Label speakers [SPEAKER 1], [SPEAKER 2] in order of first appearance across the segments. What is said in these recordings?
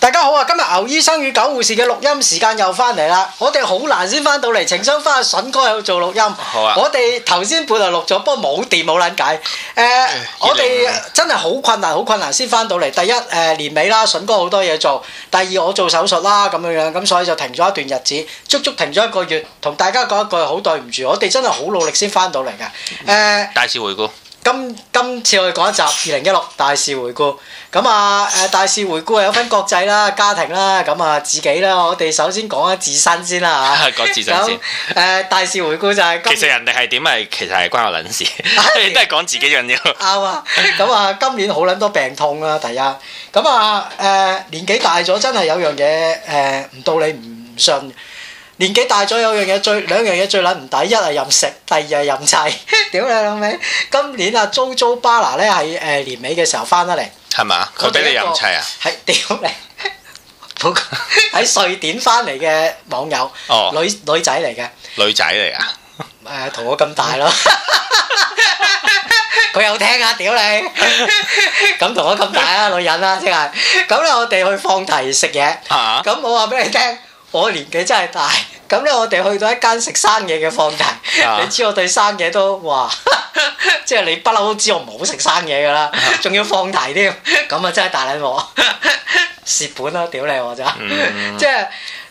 [SPEAKER 1] 大家好啊！今日牛醫生與狗護士嘅錄音時間又翻嚟啦，我哋好難先翻到嚟，情商翻阿筍哥喺度做錄音。
[SPEAKER 2] 好啊
[SPEAKER 1] 我哋頭先本來錄咗，不過冇電冇撚解。誒、我哋真係好困難，好困難先翻到嚟。第一誒、年尾啦，筍哥好多嘢做；第二我做手術啦咁樣樣，咁所以就停咗一段日子，足足停咗一個月。同大家講一句好對唔住，我哋真係好努力先翻到嚟嘅。誒、
[SPEAKER 2] 大致回顧，
[SPEAKER 1] 今今次我哋講一集二零一六大事回顧，咁啊誒大事回顧係有分國際啦、家庭啦，咁啊自己啦，我哋首先講下自身先啦嚇。
[SPEAKER 2] 講 自身
[SPEAKER 1] 咁
[SPEAKER 2] 先
[SPEAKER 1] 誒、。大事回顧就係
[SPEAKER 2] 其
[SPEAKER 1] 今
[SPEAKER 2] 實
[SPEAKER 1] 年
[SPEAKER 2] 人哋係點啊係其實係關我撚事，
[SPEAKER 1] 啊
[SPEAKER 2] 你都係講自己樣嘢。
[SPEAKER 1] 啱啊，咁啊今年好撚多病痛啦，第一，咁啊誒年紀大咗真係有樣嘢誒唔到你唔信。年紀大咗有樣嘢最兩樣嘢最撚唔抵，一係任食，第二係任砌。 屌你老味！今年啊，JoJo Bala 咧係誒年尾嘅時候翻得嚟。
[SPEAKER 2] 係嘛？佢俾你任砌啊？
[SPEAKER 1] 係屌你！嗰個喺瑞典翻嚟嘅網友，
[SPEAKER 2] 哦
[SPEAKER 1] 女女仔嚟嘅，誒、
[SPEAKER 2] 女仔嚟啊？
[SPEAKER 1] 同我咁大咯。佢有聽啊！屌你，咁同我咁大啊，女人啦、即係咁咧，我哋去放題食嘢。
[SPEAKER 2] 啊！
[SPEAKER 1] 咁我話俾你聽，我年紀真係大。咁咧，我哋去到一間食生嘢嘅放題，
[SPEAKER 2] 啊
[SPEAKER 1] 你知我對生嘢都哇， 即係你不嬲都知我唔好食生嘢㗎啦，
[SPEAKER 2] 啊
[SPEAKER 1] 仲要放題添，咁啊真係大撚鑊，蝕本啦！屌你我真係
[SPEAKER 2] 嗯
[SPEAKER 1] 即係。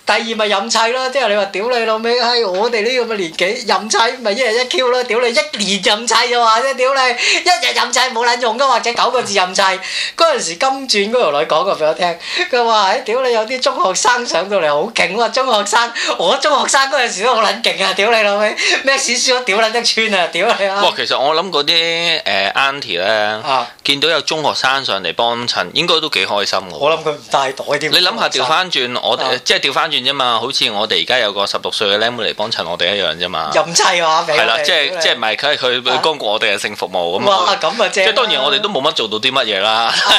[SPEAKER 1] 第二咪任砌咯，即係你話屌你老味，閪我哋呢咁嘅年紀任砌咪一日一 Q 咯，屌你一年任砌就話啫，屌你一日任砌冇撚用噶，或者九個字任砌。嗰陣時金鑽嗰條女講過俾我聽，佢話：，唉，屌你有啲中學生上到嚟好勁喎，中學生，我中學生嗰陣時都好撚勁啊，屌你老味，咩史書都屌撚得穿啊，屌你
[SPEAKER 2] 哇
[SPEAKER 1] 啊！！
[SPEAKER 2] 其實我諗嗰啲誒 auntie 咧
[SPEAKER 1] 啊，
[SPEAKER 2] 見到有中學生上嚟幫襯，應該都幾開心嘅。
[SPEAKER 1] 我諗佢唔帶袋添。
[SPEAKER 2] 你諗下調翻轉，我
[SPEAKER 1] 啊
[SPEAKER 2] 哋即係調翻轉啫嘛，好似我哋而家有個十六歲嘅僆妹嚟幫襯我哋一樣啫嘛。
[SPEAKER 1] 任砌話俾我哋
[SPEAKER 2] 係啦，即
[SPEAKER 1] 屌
[SPEAKER 2] 係
[SPEAKER 1] 你
[SPEAKER 2] 即係唔係佢佢
[SPEAKER 1] 啊
[SPEAKER 2] 佢光顧我哋嘅性服務咁
[SPEAKER 1] 哇
[SPEAKER 2] 啊。
[SPEAKER 1] 咁啊正哦
[SPEAKER 2] 即
[SPEAKER 1] 啦！
[SPEAKER 2] 係當然我哋都冇乜做到啲乜嘢啦。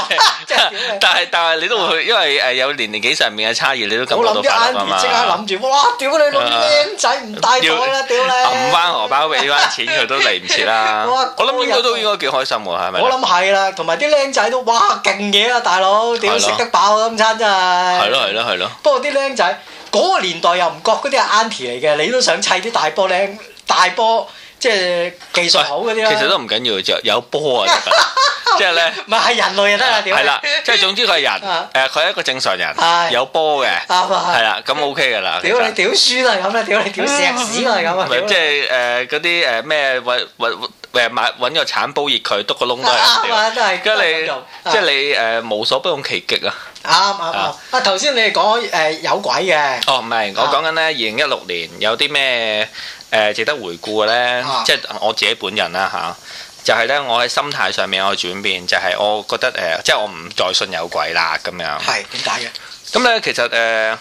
[SPEAKER 1] 真係屌你
[SPEAKER 2] 但係但係你都會去，因為誒有年年紀上面嘅差異，你都感
[SPEAKER 1] 我
[SPEAKER 2] 覺
[SPEAKER 1] 諗
[SPEAKER 2] 到
[SPEAKER 1] 啲
[SPEAKER 2] 快樂啊
[SPEAKER 1] Andy 即刻
[SPEAKER 2] 嘛。
[SPEAKER 1] 諗住，哇！屌你老母
[SPEAKER 2] 啊
[SPEAKER 1] 僆仔唔帶袋啦，屌你！
[SPEAKER 2] 揞翻荷包俾翻錢佢都嚟唔切 啦。
[SPEAKER 1] 哇
[SPEAKER 2] 我諗應該
[SPEAKER 1] 嗰
[SPEAKER 2] 都
[SPEAKER 1] 日
[SPEAKER 2] 應該幾開心喎，係咪？
[SPEAKER 1] 我諗係啦，同埋啲僆仔都哇勁嘢啊，大佬，屌
[SPEAKER 2] 係
[SPEAKER 1] 食
[SPEAKER 2] 咯
[SPEAKER 1] 得飽啊，咁餐真係。
[SPEAKER 2] 係咯係咯係咯，
[SPEAKER 1] 不過啲僆仔嗰個年代又唔覺嗰啲係 Auntie 嚟嘅，你都想砌啲大波僆、大波即係技術好嗰啲啦。
[SPEAKER 2] 其實都唔緊要，就有 波啊得㗎即係咧。
[SPEAKER 1] 唔係係人類就得啦，屌你！
[SPEAKER 2] 係啦，即係總之佢係
[SPEAKER 1] 啊
[SPEAKER 2] 人，誒佢係一個正常人
[SPEAKER 1] 係，
[SPEAKER 2] 有波嘅，
[SPEAKER 1] 啱啊
[SPEAKER 2] 係啦，咁 OK 噶啦。
[SPEAKER 1] 屌
[SPEAKER 2] 其實
[SPEAKER 1] 你屌書都係咁啦，屌你屌石屎都係咁啊！
[SPEAKER 2] 唔
[SPEAKER 1] 屌
[SPEAKER 2] 係
[SPEAKER 1] 你
[SPEAKER 2] 即係誒嗰啲誒咩揾揾誒買揾個鏟煲熱佢，篤個窿都係
[SPEAKER 1] 啱 啊都係
[SPEAKER 2] 咁屌。跟住
[SPEAKER 1] 都係咁用
[SPEAKER 2] 你即係你誒無所不用其極啊！
[SPEAKER 1] 啱啱啱
[SPEAKER 2] 啊
[SPEAKER 1] 啊！頭先你哋講誒有鬼嘅。
[SPEAKER 2] 哦，唔係，我
[SPEAKER 1] 啊
[SPEAKER 2] 講緊咧，二零一六年有啲咩誒值得回顧嘅咧
[SPEAKER 1] 啊，
[SPEAKER 2] 即係我自己本人啦嚇。就係咧，我喺心態上面我轉變，就係、我覺得誒、呃即係我唔再信有鬼啦咁樣。
[SPEAKER 1] 係點解嘅？
[SPEAKER 2] 咁咧，其實誒、呃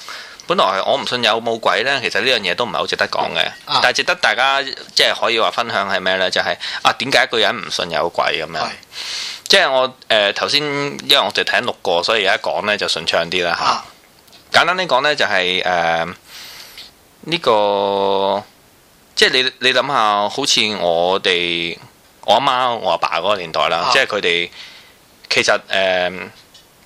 [SPEAKER 2] 本來我唔信有冇鬼咧，其實呢樣嘢都唔係好值得講嘅。
[SPEAKER 1] 啊
[SPEAKER 2] 但係值得大家即係可以話分享係咩咧？就係、啊，點解一個人唔信有鬼咁樣
[SPEAKER 1] 係？
[SPEAKER 2] 即係我誒頭先，因為我哋睇緊六個，所以而家講咧就順暢啲啦嚇。
[SPEAKER 1] 啊
[SPEAKER 2] 簡單啲講咧，就係誒呢個，即係你你諗下，好似我哋我阿媽我阿爸嗰個年代啦，
[SPEAKER 1] 啊
[SPEAKER 2] 即係佢哋其實誒、呃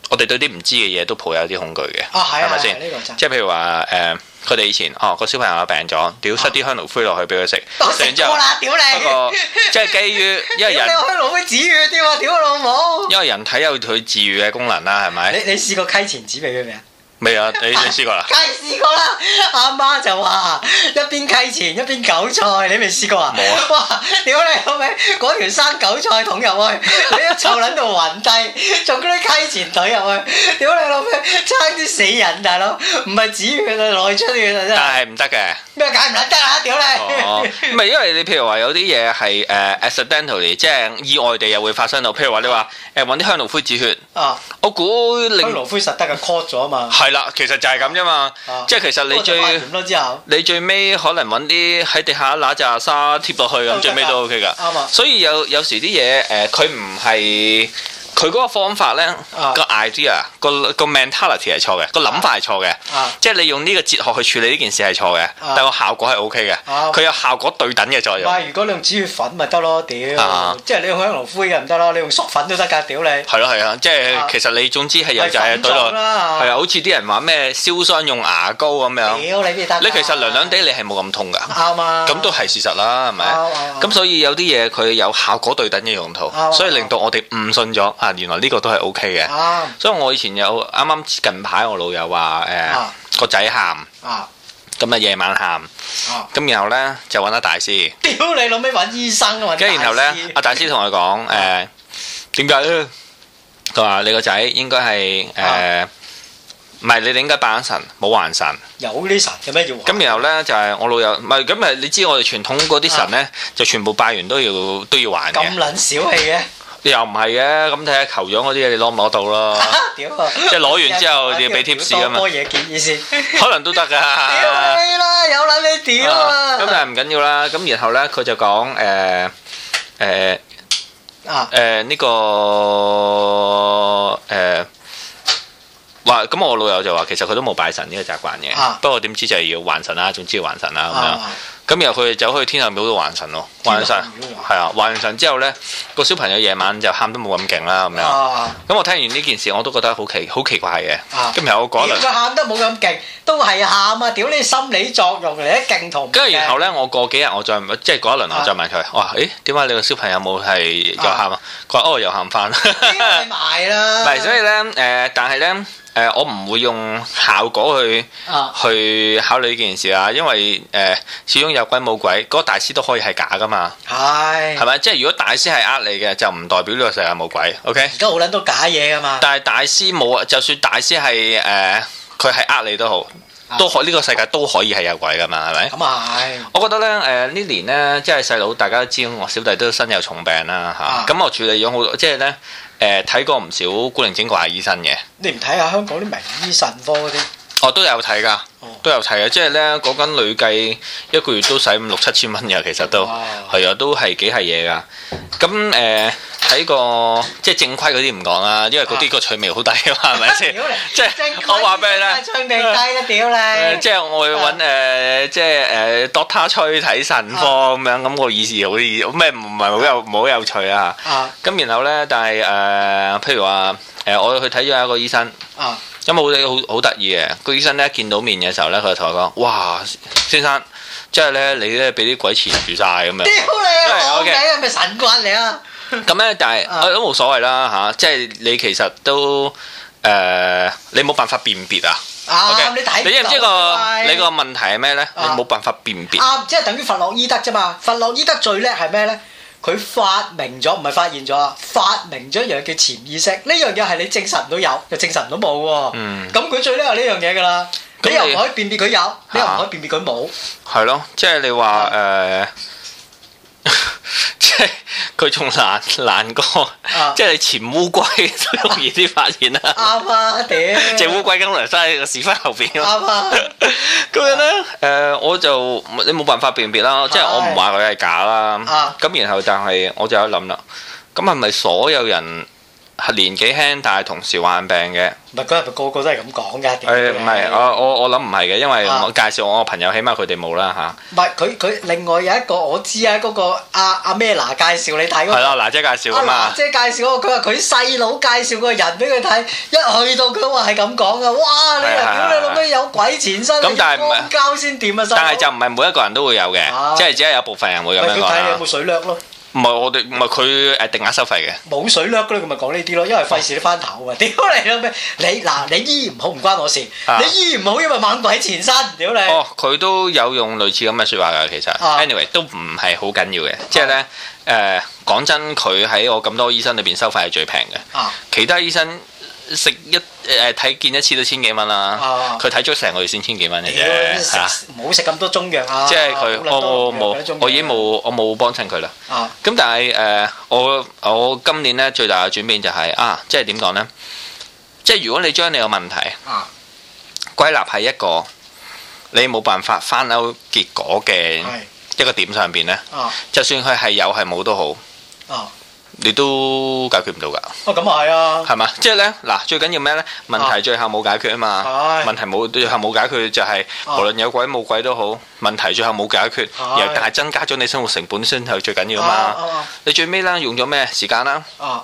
[SPEAKER 2] 我哋對啲唔知嘅嘢都抱有啲恐懼嘅，
[SPEAKER 1] 啊係啊
[SPEAKER 2] 咪
[SPEAKER 1] 係啊呢個真
[SPEAKER 2] 即係譬如話誒，呃佢、哋以前哦個小朋友病咗，屌塞啲香爐灰落去俾佢食，
[SPEAKER 1] 我
[SPEAKER 2] 食
[SPEAKER 1] 啊食
[SPEAKER 2] 完之後
[SPEAKER 1] 過，啦，屌
[SPEAKER 2] 不
[SPEAKER 1] 你！
[SPEAKER 2] 過即係基 於因為
[SPEAKER 1] 屌
[SPEAKER 2] 人
[SPEAKER 1] 你開老妹子語添啊！屌我老母！
[SPEAKER 2] 因為人體有佢治癒嘅功能啦，係
[SPEAKER 1] 你
[SPEAKER 2] 咪？
[SPEAKER 1] 你試過溪前子俾佢未啊？
[SPEAKER 2] 未啊，你你試過啦？
[SPEAKER 1] 梗係試過
[SPEAKER 2] 啊
[SPEAKER 1] 啦！阿媽就話一邊溪前一邊韭菜，你未試過啊？
[SPEAKER 2] 冇啊！
[SPEAKER 1] 哇！屌你老味，嗰條生韭菜桶入去，你 一臭撚到暈低，仲嗰啲溪前隊入去，屌你老味，差啲死人大佬！唔係止血啊，內出血 啊真係
[SPEAKER 2] 但係唔得嘅。
[SPEAKER 1] 咩解唔撚得啊！屌
[SPEAKER 2] 哦，
[SPEAKER 1] 你！
[SPEAKER 2] 唔係因為你譬如話有啲嘢係誒 accidentally，即係意外地又會發生到。譬如話你話誒揾啲香爐灰止血，
[SPEAKER 1] 啊！
[SPEAKER 2] 我估
[SPEAKER 1] 香
[SPEAKER 2] 令
[SPEAKER 1] 爐灰實得嘅 cut 咗啊嘛！
[SPEAKER 2] 係啦，其實就係咁啫嘛
[SPEAKER 1] 啊。
[SPEAKER 2] 即係其實你最
[SPEAKER 1] 點咯之後，
[SPEAKER 2] 你最尾可能揾啲喺地下揦扎沙貼落去
[SPEAKER 1] 啊都得㗎
[SPEAKER 2] 咁，最尾都 OK 㗎。
[SPEAKER 1] 啱啊！
[SPEAKER 2] 呃所以有有時啲嘢誒，佢唔係佢嗰個方法咧，
[SPEAKER 1] 啊
[SPEAKER 2] 個 idea 個個 mentality 係錯嘅，個諗法係錯嘅，
[SPEAKER 1] 啊
[SPEAKER 2] 即係你用呢個哲學去處理呢件事係錯嘅，但個效果係 O K 嘅，
[SPEAKER 1] 啊
[SPEAKER 2] 佢有效果對等嘅作
[SPEAKER 1] 唔
[SPEAKER 2] 用，
[SPEAKER 1] 係，如果你用止血粉咪得咯，屌！
[SPEAKER 2] 啊
[SPEAKER 1] 即係你用香爐灰嘅唔得咯，你用粟粉都得㗎，屌你！
[SPEAKER 2] 係咯係啊，即
[SPEAKER 1] 啊
[SPEAKER 2] 係其實你總之係有
[SPEAKER 1] 係
[SPEAKER 2] 就係
[SPEAKER 1] 粉
[SPEAKER 2] 對落，
[SPEAKER 1] 狀
[SPEAKER 2] 係
[SPEAKER 1] 啦，
[SPEAKER 2] 啊，好似啲人話咩燒傷用牙膏咁樣，
[SPEAKER 1] 屌你邊得㗎？
[SPEAKER 2] 你其實涼涼地你係冇咁痛㗎，
[SPEAKER 1] 啱啊！
[SPEAKER 2] 咁都係事實啦，係咪？
[SPEAKER 1] 啱啱
[SPEAKER 2] 咁所以有啲嘢佢有效果對等嘅用途
[SPEAKER 1] 啱，
[SPEAKER 2] 所以令到我哋誤信咗啊，原來呢個都係 O K 嘅。
[SPEAKER 1] 啱
[SPEAKER 2] 所以我以前有啱啱近排我老友話
[SPEAKER 1] 啊
[SPEAKER 2] 誒個仔喊，
[SPEAKER 1] 啊
[SPEAKER 2] 咁啊夜晚喊，
[SPEAKER 1] 啊！
[SPEAKER 2] 咁然後咧就揾阿大師，
[SPEAKER 1] 屌你老尾揾醫生啊！
[SPEAKER 2] 跟住然後
[SPEAKER 1] 大
[SPEAKER 2] 咧
[SPEAKER 1] 師啊
[SPEAKER 2] 阿大師同佢講誒點解咧？佢話你個仔應該係
[SPEAKER 1] 啊
[SPEAKER 2] 誒唔係你哋應該拜神冇還神。
[SPEAKER 1] 有啲神嘅咩要？
[SPEAKER 2] 咁然後咧就係我老友唔係咁啊！你知我哋傳統嗰啲神咧就全部拜完都要都要還
[SPEAKER 1] 啊咁
[SPEAKER 2] 嘅，
[SPEAKER 1] 撚小氣嘅，
[SPEAKER 2] 又唔係嘅。咁睇下求咗嗰啲嘢你攞唔攞到 咯？
[SPEAKER 1] 屌啊！
[SPEAKER 2] 即係攞完之後你要俾 tips 㗎嘛
[SPEAKER 1] 多嘢建議先。
[SPEAKER 2] 啊可能都得㗎。
[SPEAKER 1] 屌你啦，有撚你屌
[SPEAKER 2] 啊咁
[SPEAKER 1] 啊！
[SPEAKER 2] 但係唔緊要啦。咁然後咧，佢就講誒誒
[SPEAKER 1] 啊
[SPEAKER 2] 誒呃呢個誒話，咁我老友就話其實佢都冇拜神呢個習慣嘅
[SPEAKER 1] 啊。
[SPEAKER 2] 不過點知就係要還神啊啦，總之要還神啦
[SPEAKER 1] 啊！
[SPEAKER 2] 咁樣。咁然後佢就走去天后廟度還神咯，還神
[SPEAKER 1] 天后廟啊
[SPEAKER 2] 係啊，還神之後咧，個小朋友夜晚就喊得冇咁勁啦，咁樣。
[SPEAKER 1] 啊！
[SPEAKER 2] 咁我聽完呢件事我都覺得好奇好奇怪嘅。
[SPEAKER 1] 啊
[SPEAKER 2] 咁然後我講一輪
[SPEAKER 1] 屌佢喊得冇咁勁，都係喊啊！屌你心理作用嚟，勁同唔
[SPEAKER 2] 跟住
[SPEAKER 1] 勁
[SPEAKER 2] 然後咧，我過幾日我再即係嗰一輪
[SPEAKER 1] 啊
[SPEAKER 2] 我再問佢，我話：咦，點解你個小朋友冇係又喊啊？佢話：哦，又喊翻。
[SPEAKER 1] 屌你埋
[SPEAKER 2] 唔
[SPEAKER 1] 啦！
[SPEAKER 2] 係，所以咧誒、但係咧誒，我唔會用效果去
[SPEAKER 1] 啊
[SPEAKER 2] 去考慮呢件事啊，因為誒、始終有鬼冇鬼，嗰、個大師都可以係假噶嘛，
[SPEAKER 1] 係
[SPEAKER 2] 係咪？即係如果大師係呃你嘅，就唔代表呢個世界冇鬼，OK？
[SPEAKER 1] 而家好撚多假嘢噶嘛，
[SPEAKER 2] 但係大師冇，就算大師係誒，佢係呃你都好，都可呢、個世界都可以係有鬼噶嘛，係咪？
[SPEAKER 1] 咁啊係
[SPEAKER 2] 我覺得咧，誒、呢年咧，即係細佬，大家都知我小弟都身有重病啦
[SPEAKER 1] 啊
[SPEAKER 2] 嚇。咁、我處理咗好多，即係咧誒睇過唔少古靈精怪嘅醫生嘅，
[SPEAKER 1] 你唔睇下香港啲名醫神科嗰啲，
[SPEAKER 2] 我都有睇㗎
[SPEAKER 1] 哦，
[SPEAKER 2] 都有睇嘅。即係咧講緊累計一個月都使五六七千蚊嘅，其實都
[SPEAKER 1] 哇
[SPEAKER 2] 係啊，都係幾係嘢㗎。咁誒睇過即係正規嗰啲唔講啦，因為嗰啲
[SPEAKER 1] 啊
[SPEAKER 2] 個趣味好低啊 嘛，係咪先
[SPEAKER 1] 屌你？
[SPEAKER 2] 即係我話俾你聽。
[SPEAKER 1] 最未低啦，屌
[SPEAKER 2] 誒
[SPEAKER 1] 你！
[SPEAKER 2] 呃即係我
[SPEAKER 1] 啊
[SPEAKER 2] 會揾誒，即係誒 Doctor 吹睇神科
[SPEAKER 1] 啊
[SPEAKER 2] 咁樣，咁個意思好意咩唔係好有唔好有趣啊？
[SPEAKER 1] 啊
[SPEAKER 2] 咁然後咧，但係誒、呃譬如話誒、我去睇咗一個醫生，
[SPEAKER 1] 啊
[SPEAKER 2] 咁好好好得意嘅。個醫生咧見到面嘅時候咧，佢就同我講：哇，先生，即係咧你咧俾啲鬼纏住晒咁樣
[SPEAKER 1] 屌。你
[SPEAKER 2] 真係
[SPEAKER 1] 啊！我
[SPEAKER 2] OK
[SPEAKER 1] 仔係咪神棍嚟啊？
[SPEAKER 2] 咁咧，但係、
[SPEAKER 1] 啊
[SPEAKER 2] 我都冇所謂啦嚇、即係你其實都誒、你冇辦法辨別啊。
[SPEAKER 1] 啱
[SPEAKER 2] OK，
[SPEAKER 1] 你睇
[SPEAKER 2] 你知唔知
[SPEAKER 1] 到
[SPEAKER 2] 個
[SPEAKER 1] 係
[SPEAKER 2] 你個問題係咩咧？你
[SPEAKER 1] 啊
[SPEAKER 2] 冇辦法辨別。
[SPEAKER 1] 啱，即係等於弗洛伊德啫嘛。弗洛伊德最叻係咩咧？佢發明咗，唔係發現咗啊！發明咗一樣叫潛意識，呢樣嘢係你證實唔到有，又證實唔到冇喎。
[SPEAKER 2] 嗯
[SPEAKER 1] 咁佢最叻係呢樣嘢㗎啦。
[SPEAKER 2] 咁
[SPEAKER 1] 你又
[SPEAKER 2] 你
[SPEAKER 1] 唔可以辨別佢有，你又唔可以辨別佢冇。
[SPEAKER 2] 係咯，即係你話
[SPEAKER 1] 啊
[SPEAKER 2] 誒， 即係佢仲難難過，
[SPEAKER 1] 啊
[SPEAKER 2] 即係你潛烏龜都容易啲發現啦。
[SPEAKER 1] 啱啊，屌！
[SPEAKER 2] 隻烏龜咁嚟晒個屎忽後邊
[SPEAKER 1] 啱啊，
[SPEAKER 2] 咁樣咧，誒、我就你冇辦法辨別啦，即係我唔話佢係假啦
[SPEAKER 1] 啊。
[SPEAKER 2] 咁然後但係我就有諗啦，咁係咪所有人係年紀輕但係同時患病嘅？
[SPEAKER 1] 唔係嗰日咪個個都係咁講㗎。屌
[SPEAKER 2] 誒唔係，我我我諗唔係嘅，因為
[SPEAKER 1] 啊
[SPEAKER 2] 我介紹我個朋友，起碼佢哋冇啦嚇。
[SPEAKER 1] 唔係佢佢另外有一個我知啊，嗰個阿阿咩娜介紹你睇嗰個
[SPEAKER 2] 係啦，嗱姐介紹
[SPEAKER 1] 阿娜
[SPEAKER 2] 啊嘛。
[SPEAKER 1] 姐介紹嗰個，佢話佢細佬介紹個人俾佢睇，一去到佢話係咁講噶，哇！你
[SPEAKER 2] 係係
[SPEAKER 1] 啊屌
[SPEAKER 2] 係
[SPEAKER 1] 你老味有鬼纏身，
[SPEAKER 2] 咁
[SPEAKER 1] 你
[SPEAKER 2] 但係唔係
[SPEAKER 1] 光交先掂啊！細佬
[SPEAKER 2] 但係就唔係每一個人都會有
[SPEAKER 1] 啊
[SPEAKER 2] 嘅，即係只係有部分人會咁
[SPEAKER 1] 咪
[SPEAKER 2] 樣
[SPEAKER 1] 佢
[SPEAKER 2] 講
[SPEAKER 1] 睇你有
[SPEAKER 2] 啦
[SPEAKER 1] 冇。水掠咯，
[SPEAKER 2] 唔係我哋唔係佢誒定額收費嘅，
[SPEAKER 1] 冇水掠嗰啲佢咪講呢啲咯，因為費事你翻頭啊！屌你老味，你嗱你醫唔好唔關我事，
[SPEAKER 2] 啊
[SPEAKER 1] 你醫唔好因為猛鬼纏身，屌你！
[SPEAKER 2] 哦佢都有用類似咁嘅説話㗎，其實
[SPEAKER 1] 啊
[SPEAKER 2] anyway 都唔係好緊要嘅，即係咧誒講真，佢喺我咁多醫生裏邊收費係最平嘅，
[SPEAKER 1] 啊
[SPEAKER 2] 其他醫生食一誒睇見一次都千幾蚊啦
[SPEAKER 1] 啊，
[SPEAKER 2] 佢睇足成個月先千幾蚊嘅
[SPEAKER 1] 屌
[SPEAKER 2] 啫
[SPEAKER 1] 食
[SPEAKER 2] 嚇，
[SPEAKER 1] 唔好食咁多中藥啊！
[SPEAKER 2] 即係佢
[SPEAKER 1] 好撚
[SPEAKER 2] 我
[SPEAKER 1] 多
[SPEAKER 2] 冇
[SPEAKER 1] 藥嗰啲中藥
[SPEAKER 2] 我已經冇我冇幫襯佢啦。
[SPEAKER 1] 啊
[SPEAKER 2] 咁但係誒、呃我我今年咧最大嘅轉變就係、啊，即係點講呢？即係如果你將你個問題
[SPEAKER 1] 啊
[SPEAKER 2] 歸納喺一個你冇辦法翻勾結果嘅
[SPEAKER 1] 係
[SPEAKER 2] 一個點上邊呢，
[SPEAKER 1] 啊
[SPEAKER 2] 就算佢係有係冇都好，
[SPEAKER 1] 啊
[SPEAKER 2] 你都解決唔到㗎，
[SPEAKER 1] 啊咁啊係啊，
[SPEAKER 2] 係嘛？即係咧嗱，最緊要咩咧？問題
[SPEAKER 1] 啊
[SPEAKER 2] 最後冇解決啊嘛。
[SPEAKER 1] 係
[SPEAKER 2] 問題冇最後冇解決就係、
[SPEAKER 1] 啊
[SPEAKER 2] 無論有鬼冇鬼都好，問題最後冇解決，
[SPEAKER 1] 係
[SPEAKER 2] 又但係增加咗你生活成本先係最緊要嘛。
[SPEAKER 1] 啊
[SPEAKER 2] 你最尾啦，用咗咩時間啦？
[SPEAKER 1] 啊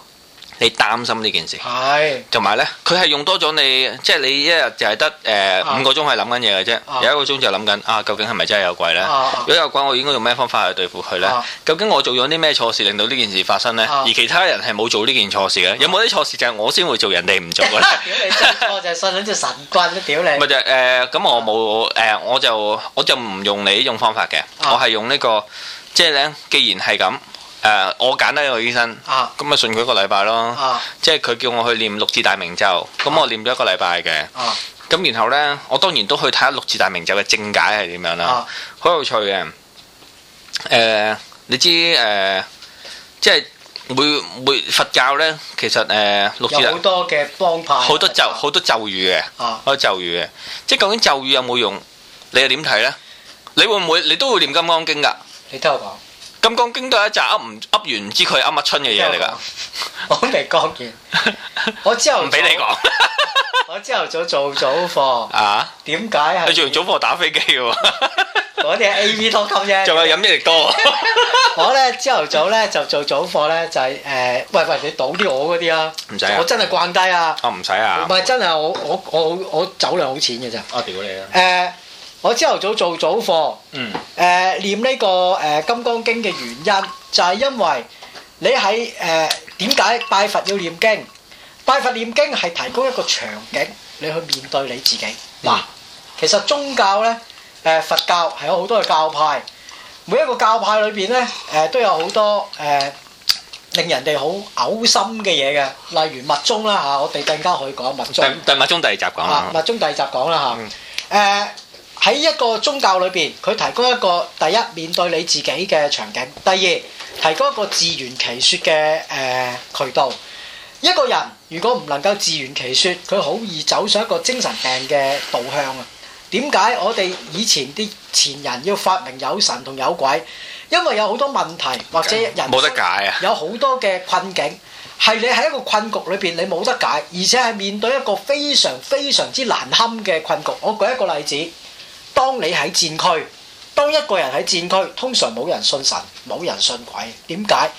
[SPEAKER 2] 你擔心呢件事。
[SPEAKER 1] 啊係
[SPEAKER 2] 同埋咧，佢係用多咗你，即係你一日就係得誒
[SPEAKER 1] 啊
[SPEAKER 2] 五個鐘係諗緊嘢嘅
[SPEAKER 1] 啊
[SPEAKER 2] 啫，有一個鐘就諗緊啊，究竟係咪真係有鬼咧？
[SPEAKER 1] 啊
[SPEAKER 2] 如果有鬼，我應該用咩方法去對付佢咧
[SPEAKER 1] 啊？
[SPEAKER 2] 究竟我做咗啲咩錯事令到呢件事發生咧？
[SPEAKER 1] 啊
[SPEAKER 2] 而其他人係冇做呢件錯事嘅，有冇啲錯事就係我先會做，人哋 唔做嘅咧？
[SPEAKER 1] 屌你真錯就係信咗隻神棍啦，屌你
[SPEAKER 2] 咪就係誒咁，我冇誒，我就我就唔用你呢種方法嘅，
[SPEAKER 1] 啊
[SPEAKER 2] 我係用呢個即係咧，既然係咁誒，我揀得一個醫生，
[SPEAKER 1] 啊
[SPEAKER 2] 咁咪信佢一個禮拜咯。
[SPEAKER 1] 啊
[SPEAKER 2] 即係佢叫我去念六字大明咒，咁我念咗一個禮拜嘅。
[SPEAKER 1] 啊
[SPEAKER 2] 咁然後呢，我當然都去睇下六字大明咒嘅正解係點樣啦，
[SPEAKER 1] 啊
[SPEAKER 2] 好、有趣嘅。誒、Ờ, 你知誒、呃即係每每佛教呢，其實誒、呃六字
[SPEAKER 1] 有好
[SPEAKER 2] 大
[SPEAKER 1] 多嘅幫派，
[SPEAKER 2] 好多咒好多咒語嘅，
[SPEAKER 1] 啊
[SPEAKER 2] 好多咒語嘅。即係究竟咒語有冇用？你又點睇呢？你會唔會你都會念金剛經㗎？
[SPEAKER 1] 你聽我講，
[SPEAKER 2] 金剛經都係一扎噏唔噏完唔知佢噏乜春嘅嘢嚟㗎，
[SPEAKER 1] 我未講完，我朝頭
[SPEAKER 2] 唔俾你
[SPEAKER 1] 早，
[SPEAKER 2] 講
[SPEAKER 1] 我朝頭早做早課，
[SPEAKER 2] 啊！
[SPEAKER 1] 點解係
[SPEAKER 2] 你做完早課打飛機嘅喎，
[SPEAKER 1] 嗰啲係 A V 多金 啫？
[SPEAKER 2] 仲有飲益力多喎。
[SPEAKER 1] 我咧朝頭早咧就做早課咧就係、誒、喂喂你倒啲我嗰啲啊，
[SPEAKER 2] 唔使啊
[SPEAKER 1] 我真係慣低啊，
[SPEAKER 2] 啊，唔使啊
[SPEAKER 1] 唔！係真係我我我我酒量好淺嘅咋，誒、
[SPEAKER 2] 我屌你啊！
[SPEAKER 1] 我朝頭早做早課，誒、
[SPEAKER 2] 嗯，
[SPEAKER 1] 念呢、個誒、金剛經嘅原因就係、因為你喺誒點解拜佛要念經？拜佛念經係提供一個場景，你去面對你自己。嗱、其實宗教咧，誒、佛教係有好多嘅教派，每一個教派裏邊咧，誒、都有好多誒、令人哋好嘔心嘅嘢嘅，例如密宗啦嚇、我哋更加可以講密宗。
[SPEAKER 2] 第第物中第二集講
[SPEAKER 1] 啊
[SPEAKER 2] 啦，。嗯
[SPEAKER 1] 物中第二集講啦嚇。誒喺一個宗教裏邊，佢提供一個第一面對你自己嘅場景，第二提供一個自圓其説嘅誒渠道。一個人如果唔能夠自圓其説，佢好易走上一個精神病嘅導向啊！點解我哋以前啲前人要發明有神同有鬼？因為有好多問題或者人生
[SPEAKER 2] 冇得解啊！
[SPEAKER 1] 有好多嘅困境，係你喺一個困局裏邊，你冇得解，而且係面對一個非常非常之難堪嘅困局。我舉一個例子，當你喺戰區，當一個人喺戰區，通常冇人信神，冇人信鬼，點解？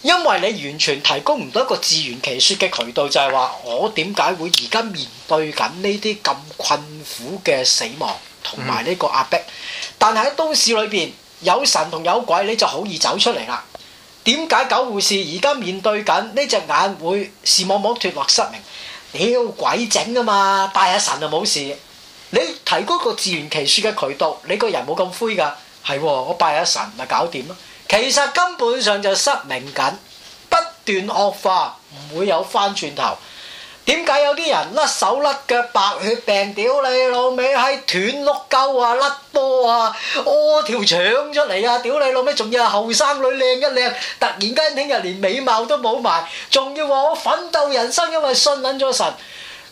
[SPEAKER 1] 因為你完全提供唔到一個自圓其説嘅渠道，就係話我點解會而家面對緊呢啲咁困苦嘅死亡同埋呢個壓迫，但係喺都市裏邊有神同有鬼，你就好易走出嚟啦。點解九護士而家面對緊呢隻眼會視網膜脱落失明？屌鬼整啊嘛，拜下神就冇事。你提供一個自圓其説嘅渠道，你個人冇咁灰㗎。係喎，我拜下神咪搞掂咯。其實根本上就失明緊，不斷惡化，唔會有翻轉頭。點解有啲人甩手甩腳白血病？屌你老味，喺斷碌鳩啊，甩波啊，屙條腸出嚟啊！屌你老味，仲要係後生女靚一靚，突然間聽日連美貌都冇埋，仲要話我奮鬥人生，因為信撚咗神。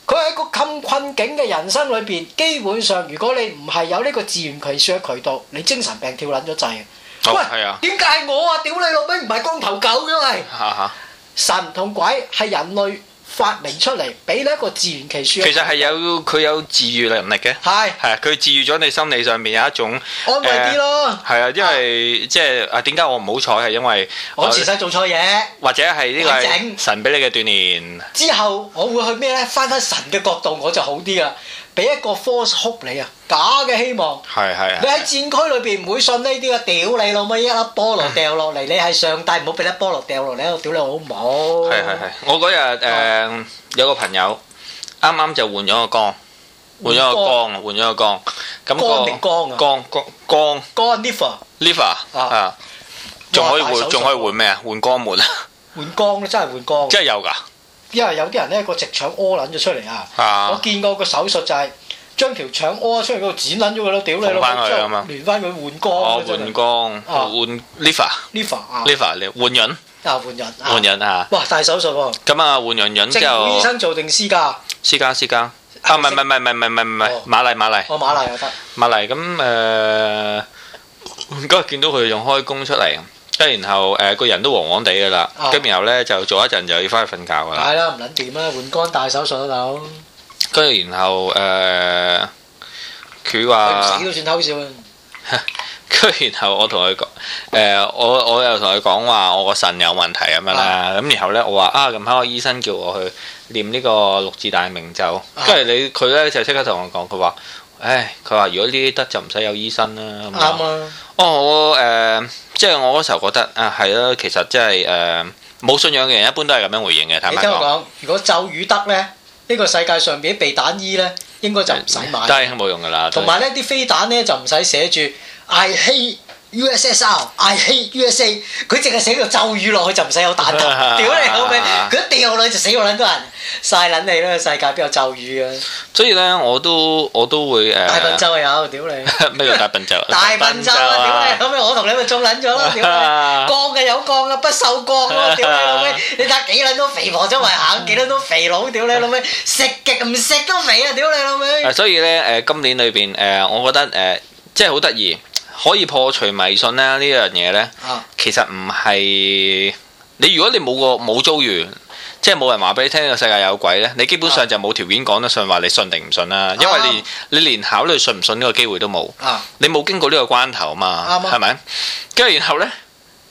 [SPEAKER 1] 佢喺個咁困境嘅人生裏邊，基本上如果你唔係有呢個自圓其説嘅渠道，你精神病跳撚咗掣。
[SPEAKER 2] 哦
[SPEAKER 1] 喂，
[SPEAKER 2] 係啊
[SPEAKER 1] 點解係我啊？屌你老味，唔係光頭狗因為。
[SPEAKER 2] 嚇嚇，
[SPEAKER 1] 神同鬼係人類發明出嚟，俾你一個自圓其説。
[SPEAKER 2] 其實係有佢有治愈能力嘅，
[SPEAKER 1] 係
[SPEAKER 2] 係啊佢治愈咗你心理上面有一種
[SPEAKER 1] 安慰啲咯。
[SPEAKER 2] 係啊，因為即係啊點解我唔好彩係因為
[SPEAKER 1] 我前世做錯嘢，
[SPEAKER 2] 或者係呢個
[SPEAKER 1] 鬼
[SPEAKER 2] 係
[SPEAKER 1] 整
[SPEAKER 2] 神俾你嘅鍛鍊，
[SPEAKER 1] 之後我會去咩呢？翻返神嘅角度我就好啲啦，俾一個 false hope 你啊，假嘅希望。
[SPEAKER 2] 係係
[SPEAKER 1] 你
[SPEAKER 2] 係
[SPEAKER 1] 喺戰區裏邊唔會信呢啲嘅，屌你老母一粒菠
[SPEAKER 2] 嗯
[SPEAKER 1] 蘿掉落嚟，你係上帝，唔好俾粒菠蘿掉落嚟，喺度屌你好唔好？
[SPEAKER 2] 係係係。我嗰日誒有個朋友啱啱就換咗個缸，換咗個缸，換咗個缸，咁
[SPEAKER 1] 缸定
[SPEAKER 2] 個
[SPEAKER 1] 缸啊
[SPEAKER 2] 缸缸缸
[SPEAKER 1] 幹 liver
[SPEAKER 2] liver
[SPEAKER 1] 啊
[SPEAKER 2] 啊，仲可以
[SPEAKER 1] 哇大手
[SPEAKER 2] 換
[SPEAKER 1] 術
[SPEAKER 2] 仲可以換咩啊？換肛 門啊！
[SPEAKER 1] 換光真係換光，
[SPEAKER 2] 真係有㗎
[SPEAKER 1] 因為有啲人呢個直腸屙撚咗出嚟啊！我
[SPEAKER 2] 啊！
[SPEAKER 1] 見過個手術就係將條腸屙出嚟嗰度剪撚咗佢咯，屌你老
[SPEAKER 2] 縫
[SPEAKER 1] 母，
[SPEAKER 2] 返佢啊嘛
[SPEAKER 1] 將連翻佢換
[SPEAKER 2] 我
[SPEAKER 1] 光
[SPEAKER 2] 換光
[SPEAKER 1] 啊
[SPEAKER 2] 換 liver
[SPEAKER 1] liver 啊
[SPEAKER 2] liver 你換人
[SPEAKER 1] 啊換人啊
[SPEAKER 2] 換人啊！
[SPEAKER 1] 哇大手術喎，
[SPEAKER 2] 咁啊換人人
[SPEAKER 1] 政
[SPEAKER 2] 之
[SPEAKER 1] 府醫
[SPEAKER 2] 後
[SPEAKER 1] 生做定私家，
[SPEAKER 2] 私家私家啊唔係唔啊係唔係唔係唔係唔係
[SPEAKER 1] 哦
[SPEAKER 2] 馬麗馬麗
[SPEAKER 1] 我馬麗又得
[SPEAKER 2] 呃 馬麗咁誒嗰日見到佢仲開工出嚟，跟住然後誒個人都黃黃地噶啦
[SPEAKER 1] 啊，
[SPEAKER 2] 跟然後咧就做一陣就要翻去瞓覺噶啦，
[SPEAKER 1] 係啦，唔撚掂啦，換肝大手術啊，大佬，
[SPEAKER 2] 跟住然後誒佢話
[SPEAKER 1] 佢唔死。都算偷笑啊！
[SPEAKER 2] 跟住然後我同佢講，誒、我我又同佢講話我個腎有問題咁樣啦，咁、然後咧我話啊近排個醫生叫我去念呢個六字大明咒，
[SPEAKER 1] 啊
[SPEAKER 2] 跟住你佢咧就即刻同我講，佢話，唉，佢話如果呢啲得就唔使有醫生啦，咁樣
[SPEAKER 1] 啱啊，
[SPEAKER 2] 哦，我誒、即係我嗰時候覺得啊係啦，其實即係誒冇信仰嘅人一般都係咁樣回應嘅，坦
[SPEAKER 1] 你
[SPEAKER 2] 白
[SPEAKER 1] 聽我
[SPEAKER 2] 講，
[SPEAKER 1] 講，如果咒語得咧，呢個世界上邊啲避彈衣咧，應該就唔使買。
[SPEAKER 2] 都係冇用噶啦，
[SPEAKER 1] 同埋咧啲飛彈咧就唔使寫住 I hate USSR、I hate USA，佢淨係寫個咒語落去就唔使有彈 頭，屌你老味！佢一掉落去就死個撚多人，晒撚你啦！世界邊有咒語啊？
[SPEAKER 2] 所以咧我都我都會誒
[SPEAKER 1] 大笨咒有，屌你！
[SPEAKER 2] 咩叫大笨咒？
[SPEAKER 1] 大笨咒啊！屌你老味！我同你咪中撚咗 咯！屌你！降嘅有降啊，不鏽鋼咯！屌你老味！你睇幾撚都肥婆周圍行，幾撚都肥 佬！屌你老味！食極唔食都肥啊！屌你老味！
[SPEAKER 2] 誒，所以咧，誒、今年裏邊，誒、我覺得誒、即係好得意，可以破除迷信啦。呢樣嘢咧，
[SPEAKER 1] 啊！
[SPEAKER 2] 其實唔係你，如果你冇個冇遭遇，即係冇人話俾你聽個世界有鬼咧，你基本上就冇條件講得上話你信定唔信啦。因為連、你連考慮信唔信呢個機會都冇，
[SPEAKER 1] 啊！
[SPEAKER 2] 你冇經過呢個關頭啊嘛，
[SPEAKER 1] 啱啊
[SPEAKER 2] 係咪？跟住然後咧。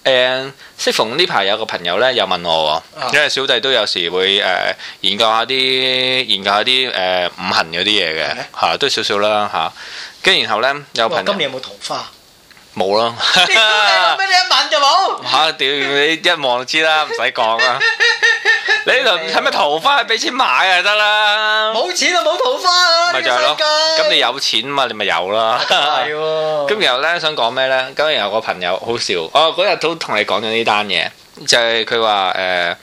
[SPEAKER 2] 誒、適逢呢排有個朋友咧，又問我喎，
[SPEAKER 1] 啊
[SPEAKER 2] 因為小弟都有時會誒、研究下啲研究下啲誒、五行嗰啲嘢
[SPEAKER 1] 係
[SPEAKER 2] 嘅
[SPEAKER 1] 咩
[SPEAKER 2] 嚇，都少少啦嚇。跟住然後咧有
[SPEAKER 1] 哇！
[SPEAKER 2] 朋
[SPEAKER 1] 今
[SPEAKER 2] 友
[SPEAKER 1] 年有冇桃花？
[SPEAKER 2] 冇啦，
[SPEAKER 1] 屌你老味！你一問就冇。
[SPEAKER 2] 嚇屌你一望就知啦，唔使講 啦。你呢輪係咪桃花俾錢買就得啦？
[SPEAKER 1] 冇錢就冇桃花啊！
[SPEAKER 2] 咪
[SPEAKER 1] 呢
[SPEAKER 2] 就
[SPEAKER 1] 個
[SPEAKER 2] 係
[SPEAKER 1] 世
[SPEAKER 2] 咯，
[SPEAKER 1] 界啊
[SPEAKER 2] 咁你有錢嘛，你咪有啦。
[SPEAKER 1] 係喎，
[SPEAKER 2] 咁然後咧想講咩咧？咁然後個朋友好笑，哦嗰日都同你講咗呢單嘢，就係佢話誒，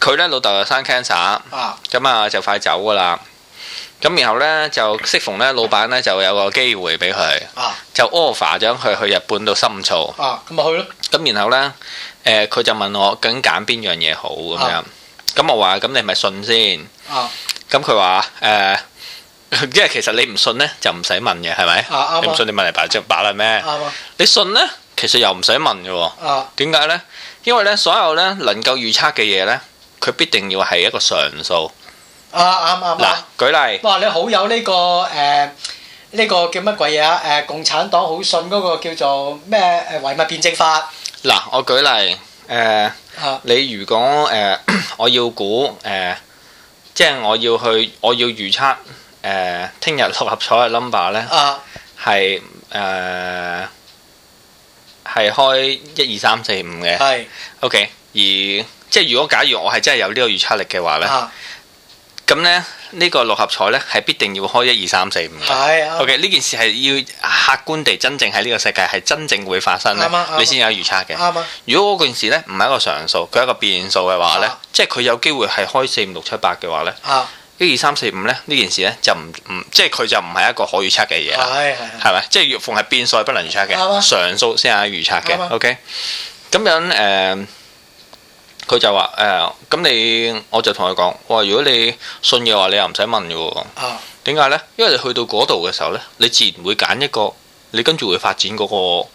[SPEAKER 2] 佢、咧老豆又生 cancer，
[SPEAKER 1] 啊
[SPEAKER 2] 咁啊就快走噶啦。咁然後咧就適逢咧老闆咧就有個機會俾佢，
[SPEAKER 1] 啊
[SPEAKER 2] 就 offer 咗佢去日本度深造。
[SPEAKER 1] 啊，咁咪去咯，
[SPEAKER 2] 咁然後咧誒，呃佢、就問我究竟揀邊樣嘢好咁樣。咁我話咁你係咪信先？
[SPEAKER 1] 啊
[SPEAKER 2] 咁佢話誒，因為其實你唔信咧就唔使問嘅，係咪？
[SPEAKER 1] 啊
[SPEAKER 2] 你唔
[SPEAKER 1] 啱
[SPEAKER 2] 信你問嚟白啫，白啦咩？
[SPEAKER 1] 啊啱啊
[SPEAKER 2] 你信呢？其實又唔使問嘅喎。
[SPEAKER 1] 啊
[SPEAKER 2] 點解呢？因為呢，所有呢能夠預測嘅嘢呢，佢必定要係一個常數。
[SPEAKER 1] 啊啱啱
[SPEAKER 2] 嗱
[SPEAKER 1] 啱，，
[SPEAKER 2] 舉例
[SPEAKER 1] 哇！你好有呢個誒呢個叫乜鬼嘢啊？誒共產黨好信嗰個叫做咩誒唯物辯證法
[SPEAKER 2] 嗱，我舉例誒、呃
[SPEAKER 1] 啊
[SPEAKER 2] 你如果誒、呃我要估誒、呃即係我要去，我要預測誒，聽日六合彩嘅 number 呢，
[SPEAKER 1] 啊
[SPEAKER 2] 係誒係開一二三四五嘅。
[SPEAKER 1] 係
[SPEAKER 2] OK，而即係如果假如我係真係有呢個預測力嘅話呢。
[SPEAKER 1] 啊
[SPEAKER 2] 咁咧呢個六合彩咧係必定要開一二三四五嘅。
[SPEAKER 1] 係啊
[SPEAKER 2] O.K. 呢件事係要客觀地真正喺呢個世界係真正會發生咧
[SPEAKER 1] 啱啊啱啊，
[SPEAKER 2] 你先有預測嘅。
[SPEAKER 1] 啱啊
[SPEAKER 2] 如果嗰件事咧唔係一個常數，佢係一個變數嘅話咧
[SPEAKER 1] 啊，
[SPEAKER 2] 即係佢有機會係開四五六七八嘅話咧，
[SPEAKER 1] 啊
[SPEAKER 2] 一二三四五咧呢件事咧就唔唔即係佢就唔係一個可預測嘅嘢啦，
[SPEAKER 1] 係係係
[SPEAKER 2] 係咪？即係逢係變數係不能預測
[SPEAKER 1] 啱啊
[SPEAKER 2] 嘅，常數先係預測
[SPEAKER 1] 啱啊
[SPEAKER 2] 嘅。O.K. 咁樣誒。佢就話誒，咁、你我就同佢講，哇！如果你信嘅話，你又唔使問嘅喎。
[SPEAKER 1] 啊
[SPEAKER 2] 點解呢？因為你去到嗰度嘅時候呢，你自然會揀一個，你跟住會發展嗰、個，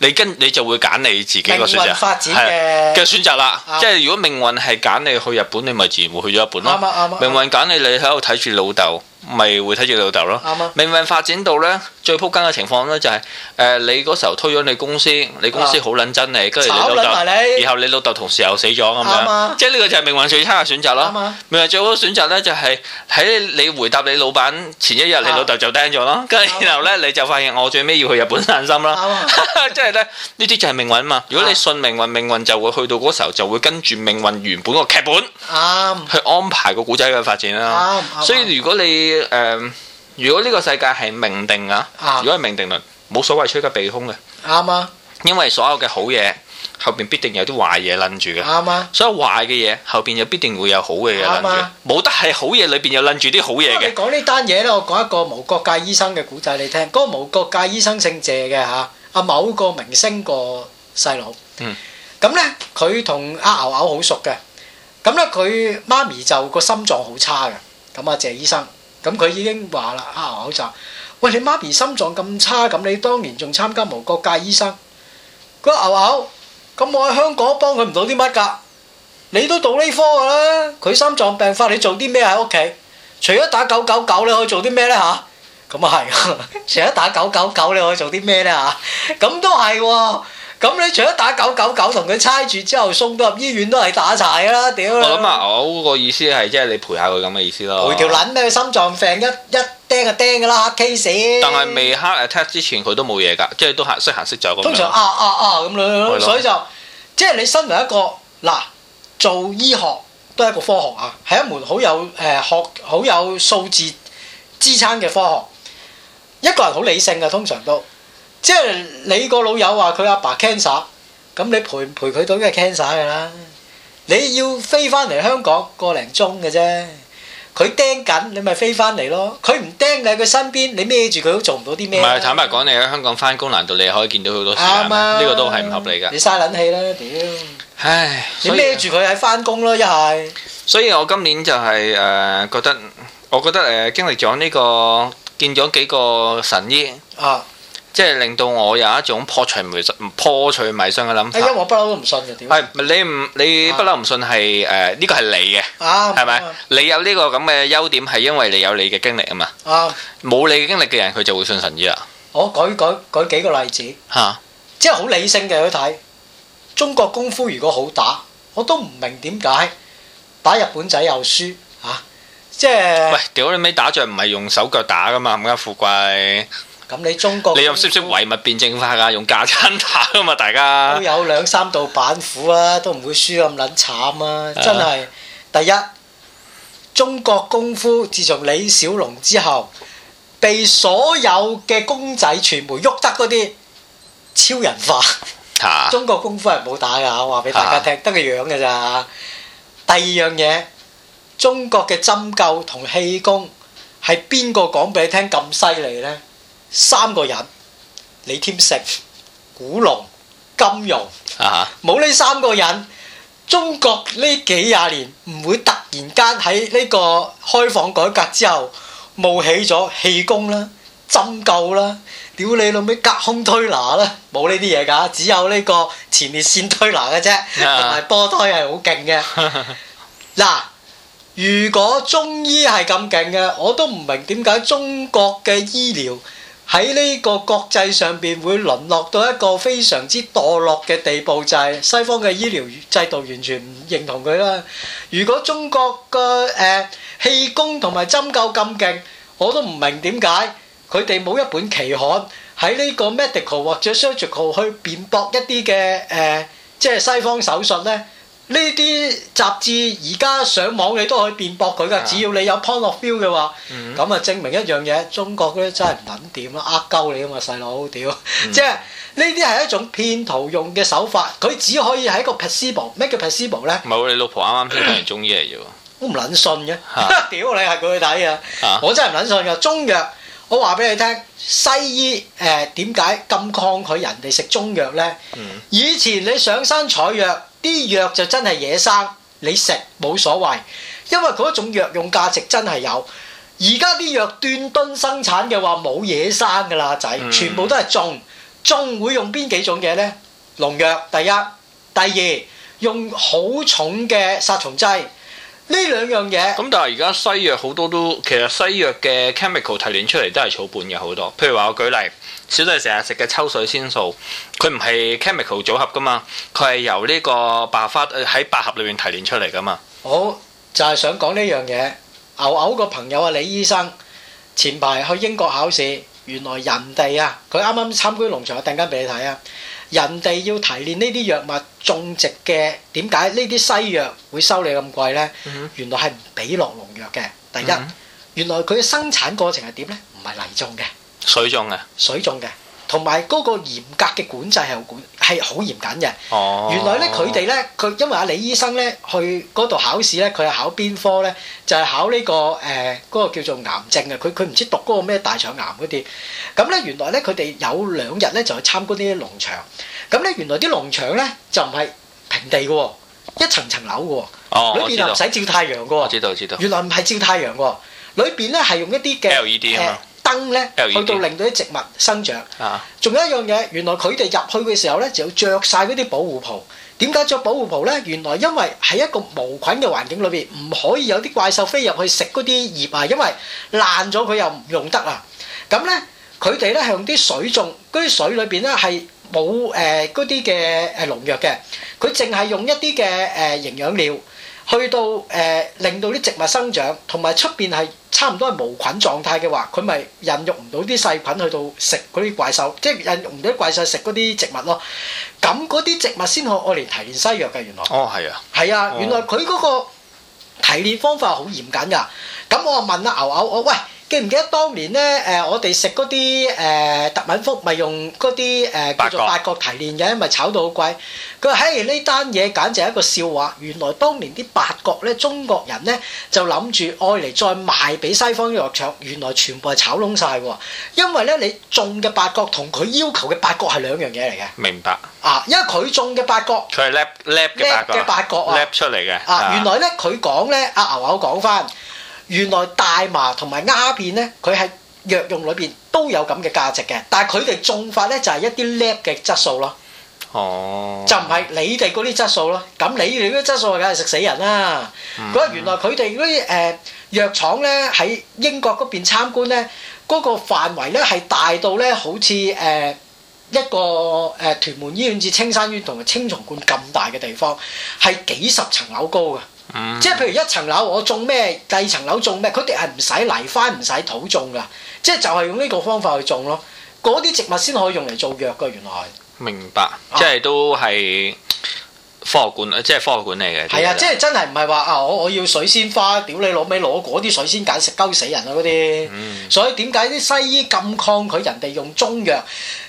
[SPEAKER 2] 你跟你就會揀你自己
[SPEAKER 1] 命
[SPEAKER 2] 個選擇
[SPEAKER 1] 運發展
[SPEAKER 2] 係嘅
[SPEAKER 1] 嘅
[SPEAKER 2] 選擇啦。
[SPEAKER 1] 啱
[SPEAKER 2] 即係如果命運係揀你去日本，你咪自然會去咗日本
[SPEAKER 1] 啱啊
[SPEAKER 2] 咯。
[SPEAKER 1] 啱啊
[SPEAKER 2] 命運揀你，你喺度睇住老豆，咪會睇住老豆咯。
[SPEAKER 1] 啱啊
[SPEAKER 2] 命運發展到呢，最撲街嘅情況呢，就係、誒你嗰時候推咗你公司，你公司好撚憎你，跟住你
[SPEAKER 1] 啊炒
[SPEAKER 2] 老
[SPEAKER 1] 撚埋
[SPEAKER 2] 豆，
[SPEAKER 1] 你
[SPEAKER 2] 然後你老豆同時又死咗咁
[SPEAKER 1] 啱啊
[SPEAKER 2] 樣，即係呢個就係命運最差嘅選擇啦
[SPEAKER 1] 啱。啊
[SPEAKER 2] 咪係最好嘅選擇咧，就係喺你回答你老闆前一日，你
[SPEAKER 1] 啊
[SPEAKER 2] 老豆就釘咗咯。跟住然後咧，你就發現我最尾要去日本散心啦。
[SPEAKER 1] 啱啊
[SPEAKER 2] 即係咧，呢啲就係命運嘛。如果
[SPEAKER 1] 啊
[SPEAKER 2] 你信命運，命運就會去到嗰時候就會跟住命運原本個劇本
[SPEAKER 1] 啱
[SPEAKER 2] 去安排個古仔嘅發展啦。
[SPEAKER 1] 啱啱
[SPEAKER 2] 所以如果你誒，如果呢個世界係命定啊，
[SPEAKER 1] 啊
[SPEAKER 2] 如果係命定論，冇所謂趨吉避凶嘅，
[SPEAKER 1] 啱啊
[SPEAKER 2] 因為所有嘅好嘢後邊必定有啲壞嘢撚住嘅。
[SPEAKER 1] 啱啊！
[SPEAKER 2] 所有壞嘅嘢後邊又必定會有好嘅嘢
[SPEAKER 1] 啱
[SPEAKER 2] 撚
[SPEAKER 1] 啊
[SPEAKER 2] 住，冇得係好嘢裏邊又撚住啲好嘢
[SPEAKER 1] 你
[SPEAKER 2] 嘅。
[SPEAKER 1] 講呢單嘢咧，我講一個無國界醫生嘅古仔你聽。嗰、個無國界醫生姓謝嘅嚇，阿某個明星個細佬。
[SPEAKER 2] 嗯。
[SPEAKER 1] 咁咧，佢同阿牛牛好熟嘅。咁咧，佢媽咪就個心臟好差嘅。咁阿謝醫生，咁佢已經話啦，阿牛牛就話：喂，你媽咪心臟咁差，咁你當年仲參加無國界醫生？嗰個牛牛咁我喺香港幫佢唔到啲乜㗎？你都讀呢科㗎啦，佢心臟病發，你做啲咩喺屋企？除咗打九九九，你可以做啲咩呢？吓，咁 啊係，除咗打九九九，你可以做啲咩呢？吓，咁都係喎。咁你除咗打九九九同佢猜住之後送到入醫院都係打柴㗎啦，屌
[SPEAKER 2] 我
[SPEAKER 1] 你！
[SPEAKER 2] 諗啊，我個意思係即係你陪下佢咁嘅意思咯。
[SPEAKER 1] 陪條撚咩？佢心臟病一一釘就釘㗎啦，黑 case。
[SPEAKER 2] 但係未 heart attack 之前佢都冇嘢㗎，即係都行識行識走咁樣。
[SPEAKER 1] 通常啊啊啊咁樣
[SPEAKER 2] 係咯
[SPEAKER 1] 咯，所以就即係你身為一個嗱做醫學都係一個科學啊，係一門好有誒、呃、學好有數字支撐嘅科學。一個人好理性嘅，通常都即係你個老友話佢阿爸 cancer，咁你陪陪佢到嘅 cancer 㗎啦。你要飛翻嚟香港個零鐘嘅啫，佢釘緊你咪飛翻嚟咯。佢唔釘你喺佢身邊，你孭住佢都做唔到啲
[SPEAKER 2] 唔
[SPEAKER 1] 咩啊。
[SPEAKER 2] 係坦白講，你喺香港翻工，難道你可以見到佢好多時間
[SPEAKER 1] 啱
[SPEAKER 2] 咩？
[SPEAKER 1] 啊！
[SPEAKER 2] 呢個都係唔合理㗎。
[SPEAKER 1] 你嘥撚氣啦，屌！
[SPEAKER 2] 唉，
[SPEAKER 1] 你
[SPEAKER 2] 所以
[SPEAKER 1] 孭住佢喺翻工咯，一係
[SPEAKER 2] 所以我今年就係、誒、覺得，我覺得誒、經歷咗呢、個見咗幾個神醫，
[SPEAKER 1] 啊！
[SPEAKER 2] 即係令到我有一種破除迷信、破除迷信嘅諗
[SPEAKER 1] 哎，因為啊
[SPEAKER 2] 法。
[SPEAKER 1] 我不嬲都唔信嘅，屌！
[SPEAKER 2] 係你唔你不嬲唔信係誒呢個係你嘅
[SPEAKER 1] 啱
[SPEAKER 2] 係咪？你有呢個咁嘅優點係因為你有你嘅經歷啊嘛，
[SPEAKER 1] 啱？
[SPEAKER 2] 冇你嘅經歷嘅人佢就會信神醫啦
[SPEAKER 1] 我舉舉舉幾個例子，
[SPEAKER 2] 嚇。
[SPEAKER 1] 即係好理性嘅去睇。中國功夫如果好打，我都唔明點解打日本仔又輸啊！即
[SPEAKER 2] 喂
[SPEAKER 1] 係，
[SPEAKER 2] 屌你尾打仗唔係用手腳打噶嘛，冚家富貴，
[SPEAKER 1] 咁，你中國
[SPEAKER 2] 你又識唔識
[SPEAKER 1] 功夫
[SPEAKER 2] 唯物辯證法㗎？用架撐打噶嘛，大家
[SPEAKER 1] 都。有兩三道板斧啊，都唔會輸咁撚慘啊！真係第一，中國功夫自從李小龍之後，被所有嘅公仔傳媒喐得嗰啲超人化。
[SPEAKER 2] 嚇啊
[SPEAKER 1] 中國功夫係冇打㗎，我話俾大家聽，得個樣㗎咋。第二樣嘢，中國嘅針灸同氣功係邊個講俾你聽咁犀利呢？三個人，李添勝、古龍、金庸。
[SPEAKER 2] 啊
[SPEAKER 1] 冇呢三個人，中國呢幾廿年唔會突然間喺呢個開放改革之後冒起咗氣功啦、針灸啦、屌你老味隔空推拿啦，冇呢啲嘢㗎，只有呢個前列腺推拿嘅啫，同埋波推係好勁嘅。嗱，如果中醫係咁勁嘅，我都唔明點解中國嘅醫療喺呢個國際上邊會淪落到一個非常之墮落嘅地步，就係、西方嘅醫療制度完全唔認同佢啦。如果中國嘅誒氣功同埋針灸咁勁，我都唔明點解佢哋冇一本期刊喺呢個 medical 或者 surgical 去辯駁一啲嘅誒，即係西方手術呢。呢啲雜誌而家上網你都可以辯駁佢
[SPEAKER 2] 啊
[SPEAKER 1] 㗎，只要你有 point of view 嘅話。
[SPEAKER 2] 嗯
[SPEAKER 1] 咁啊證明一樣嘢，中國嗰啲真係唔撚掂啦，呃鳩你啊嘛細佬，屌！
[SPEAKER 2] 嗯
[SPEAKER 1] 即係呢啲係一種騙徒用嘅手法，佢只可以係一個 placebo。咩叫 placebo 咧？
[SPEAKER 2] 唔係喎，你老婆啱啱先睇完中醫嚟啫喎。
[SPEAKER 1] 我唔撚信嘅
[SPEAKER 2] 嚇，
[SPEAKER 1] 屌你係佢去睇
[SPEAKER 2] 嚇
[SPEAKER 1] 啊！我真係唔撚信㗎。中藥，我話俾你聽，西醫誒點解咁抗拒人哋食中藥咧？
[SPEAKER 2] 嗯
[SPEAKER 1] 以前你上山採藥，啲藥就真係野生，你食冇所謂，因為嗰種藥用價值真係有。而家啲藥斷噸生產嘅話冇野生㗎啦，仔，
[SPEAKER 2] 嗯
[SPEAKER 1] 全部都係種，種會用邊幾種嘢呢？農藥第一，第二用好重嘅殺蟲劑，呢兩樣嘢
[SPEAKER 2] 咁但係而家西藥好多都其實西藥嘅 chemical 提煉出嚟都係草本嘅好多，譬如話我舉例，小弟成日食嘅秋水仙素，佢唔係 chemical 組合噶嘛，佢係由呢個百合花呃喺百合裏面提煉出嚟噶嘛。
[SPEAKER 1] 好就係、想講呢樣嘢。牛牛個朋友啊，李醫生前排去英國考試，原來人哋啊，佢啱啱參觀農場，我突然間俾你睇啊，人哋要提煉呢啲藥物種植嘅，點解呢啲西藥會收你咁貴呢？
[SPEAKER 2] 嗯
[SPEAKER 1] 原來係唔俾落農藥嘅。第一，
[SPEAKER 2] 嗯
[SPEAKER 1] 原來佢嘅生產過程係點呢？唔係泥種嘅，
[SPEAKER 2] 水種嘅，
[SPEAKER 1] 水種嘅，同埋嗰個嚴格嘅管制係好管係好嚴謹嘅。
[SPEAKER 2] 哦，
[SPEAKER 1] 原來咧佢哋咧，佢因為阿李醫生咧去嗰度考試咧，佢係考邊科咧？就係、考呢、個誒嗰、個叫做癌症啊！佢佢唔知讀嗰個咩大腸癌嗰啲。咁咧原來咧佢哋有兩日咧就去參觀呢啲農場。咁咧原來啲農場咧就唔係平地嘅喎，一層層樓
[SPEAKER 2] 哦，
[SPEAKER 1] 嘅喎，
[SPEAKER 2] 我
[SPEAKER 1] 裏邊
[SPEAKER 2] 知
[SPEAKER 1] 又
[SPEAKER 2] 道
[SPEAKER 1] 唔，使照太陽嘅
[SPEAKER 2] 我
[SPEAKER 1] 喎。
[SPEAKER 2] 知道知道，
[SPEAKER 1] 原來唔係照太陽喎，裏邊咧係用一啲嘅
[SPEAKER 2] E LED 啊嘛
[SPEAKER 1] 誒
[SPEAKER 2] E
[SPEAKER 1] 燈燈咧，
[SPEAKER 2] LED
[SPEAKER 1] 去到令到啲植物生長。
[SPEAKER 2] 啊，
[SPEAKER 1] 仲有一樣嘢，原來佢哋入去嘅時候咧，就要着晒嗰啲保護袍。點解着保護袍咧？原來因為喺一個無菌嘅環境裏邊，唔可以有啲怪獸飛入去食嗰啲葉啊，因為爛咗佢又唔用得啊。咁咧，佢哋咧向啲水種，嗰啲水裏邊咧係冇誒嗰啲嘅誒農藥嘅，佢淨係用一啲嘅誒營養料。去到誒、呃令到啲植物生長，同埋出邊係差唔多係無菌狀態嘅話，佢咪孕育唔到啲細菌去到食嗰啲怪獸，即係孕育唔到啲怪獸食嗰啲植物咯。咁嗰啲植物先可愛嚟提煉西藥嘅，原來
[SPEAKER 2] 哦係啊，
[SPEAKER 1] 係啊
[SPEAKER 2] 哦，
[SPEAKER 1] 原來佢嗰個提煉方法係好嚴謹㗎。咁我問啦牛牛，我喂記唔記得當年咧誒、呃我哋食嗰啲誒特敏福咪用嗰啲誒叫做
[SPEAKER 2] 八
[SPEAKER 1] 八角提煉嘅，咪炒到好貴。佢話：嘿，呢單嘢簡直係一個笑話。原來當年啲八角咧，中國人咧就諗住愛嚟再賣俾西方藥廠，原來全部係炒窿晒喎。因為咧，你種嘅八角同佢要求嘅八角係兩樣嘢嚟嘅
[SPEAKER 2] 明白，
[SPEAKER 1] 啊，因為佢種嘅八角。
[SPEAKER 2] 佢係 lab lab 嘅八
[SPEAKER 1] lab
[SPEAKER 2] 角
[SPEAKER 1] 嘅八角啊
[SPEAKER 2] lab 出嚟嘅
[SPEAKER 1] 啊，原來咧佢講咧，阿牛牛講翻，原來大麻同埋鴉片咧，佢係藥用裏邊都有咁嘅價值嘅，但係佢哋種法咧就係一啲 lab 嘅質素咯，
[SPEAKER 2] 哦，
[SPEAKER 1] 就唔係你哋嗰啲質素咯。咁你哋嗰啲質素梗係食死人啦。
[SPEAKER 2] 嗯
[SPEAKER 1] 佢話原來佢哋嗰啲誒藥廠咧喺英國嗰邊參觀咧，嗰、個範圍咧係大到咧好似誒。呃一個誒、呃屯門醫院至青山醫院同埋青松觀咁大嘅地方，係幾十層樓高嘅。
[SPEAKER 2] 嗯
[SPEAKER 1] 即係譬如一層樓我種咩，第二層樓種咩，佢哋係唔使泥翻，唔使土種噶，即係就係用呢個方法去種咯。嗰啲植物先可以用嚟做藥噶，原來
[SPEAKER 2] 明白，即係都係科學管，即係科學管理嘅。
[SPEAKER 1] 係啊！即
[SPEAKER 2] 係
[SPEAKER 1] 係真係唔係話啊，我我要水仙花，屌你老味攞嗰啲水仙簡直鳩死人啊嗰啲。
[SPEAKER 2] 嗯
[SPEAKER 1] 所以點解啲西醫咁抗拒人哋用中藥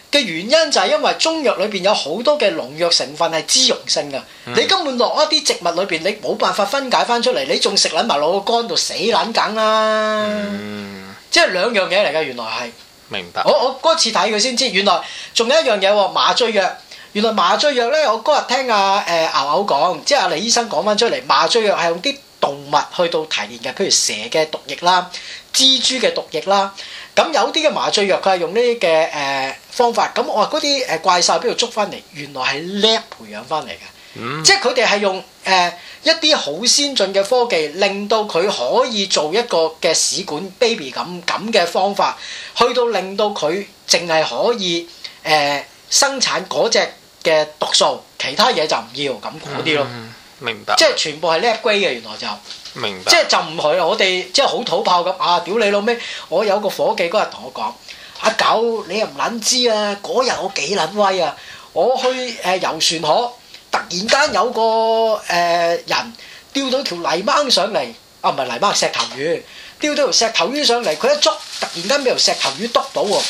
[SPEAKER 1] 嘅原因就係因為中藥裏邊有好多嘅農藥成分係脂溶性嘅，你根本落一啲植物裏邊，你冇辦法分解翻出嚟，你仲食撚埋落個肝度死撚梗啦。
[SPEAKER 2] 嗯，
[SPEAKER 1] 即係兩樣嘢嚟嘅，原來係
[SPEAKER 2] 明白
[SPEAKER 1] 我。我嗰次睇佢先知，原來仲有一樣嘢喎，麻醉藥。原來麻醉藥咧，我嗰日聽阿誒牛牛講，即係阿李醫生講翻出嚟，麻醉藥係用啲動物去到提煉嘅，譬如蛇嘅毒液啦、蜘蛛嘅毒液啦。咁有啲嘅麻醉藥佢係用呢啲嘅誒方法。咁我話嗰啲誒怪獸喺邊度捉翻嚟？原來係 lab 培養翻嚟嘅。
[SPEAKER 2] 嗯
[SPEAKER 1] 即係佢哋係用誒、呃一啲好先進嘅科技，令到佢可以做一個嘅試管 baby 咁咁嘅方法，去到令到佢淨係可以誒、呃生產嗰只嘅毒素，其他嘢就唔要咁嗰啲咯。
[SPEAKER 2] 嗯明白。
[SPEAKER 1] 即係全部係 lab grade 嘅，原來就
[SPEAKER 2] 明白
[SPEAKER 1] 即。係就唔係啦我哋即係好土炮咁啊！屌你老味！我有個伙計嗰日同我講：阿狗，啊你又唔撚知啊！嗰日我幾撚威啊！我去誒、呃遊船河，突然間有個誒、呃人釣到條泥掹上嚟，啊唔係泥掹，石頭魚，釣到條石頭魚上嚟，佢一捉，突然間俾條石頭魚篤到喎。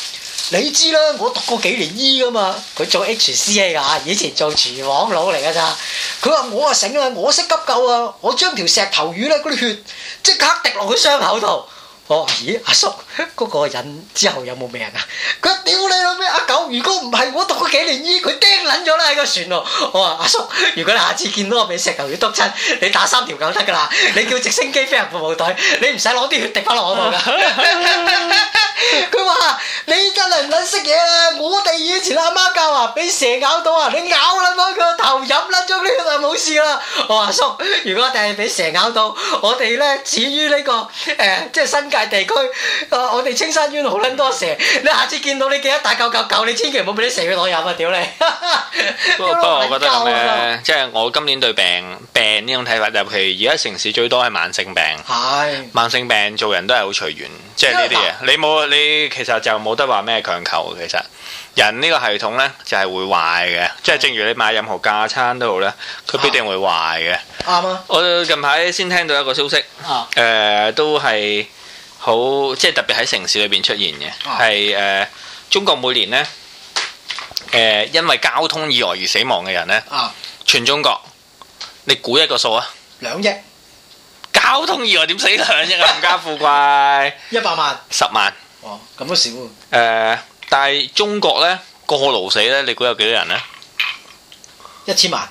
[SPEAKER 1] 你知啦，我讀過幾年醫噶嘛，佢做 HCA 啊，以前做廚房佬嚟噶咋。佢話我啊醒啦，我識急救啊，我將條石頭魚咧嗰啲血即刻滴落佢傷口度。我話咦，阿叔嗰、個人之後有冇命啊？佢話屌你老味，阿狗！如果唔係我讀過幾年醫，佢釘撚咗啦喺個船度。我話阿叔，如果你下次見到我俾石頭魚篤親，你打三條狗得㗎啦，你叫直升機飛行服務隊，你唔使攞啲血滴翻落我度㗎。 佢話：你真係唔撚識嘢啦！我哋以前阿媽教話，俾蛇咬到啊，你咬撚開佢個頭，飲撚咗呢個就冇事啦。我話叔，如果我哋係俾蛇咬到，我哋咧至於呢、個誒、即係新界地區，呃我哋青山縣好撚多蛇。你下次見到你記得打九九九，你千祈唔好俾啲蛇去攞飲啊！屌你，
[SPEAKER 2] 不過不過，我覺得
[SPEAKER 1] 啊
[SPEAKER 2] 咁咧，即係我今年對病病呢種睇法，尤其而家城市最多係慢性病。
[SPEAKER 1] 係。
[SPEAKER 2] 慢性病做人都係好隨緣，即係呢啲嘢。你冇你其實就冇得話咩強求。其實人呢個系統呢，就係、會壞嘅，即係正如你買任何架餐都好呢，佢必定會壞嘅。
[SPEAKER 1] 啱啊！
[SPEAKER 2] 我近排先聽到一個消息，誒、
[SPEAKER 1] 啊
[SPEAKER 2] 都係好即係特別喺城市裏邊出現嘅，
[SPEAKER 1] 啊
[SPEAKER 2] 係誒、中國每年呢，誒、因為交通意外而死亡嘅人呢，
[SPEAKER 1] 啊，
[SPEAKER 2] 全中國你估一個數啊！
[SPEAKER 1] 兩億
[SPEAKER 2] 交通意外點死兩億啊？唔家富貴
[SPEAKER 1] 一百萬，
[SPEAKER 2] 十萬。
[SPEAKER 1] 哦，咁都少喎。
[SPEAKER 2] 誒、但係中國咧過勞死咧，你估有幾多人咧？
[SPEAKER 1] 一千萬，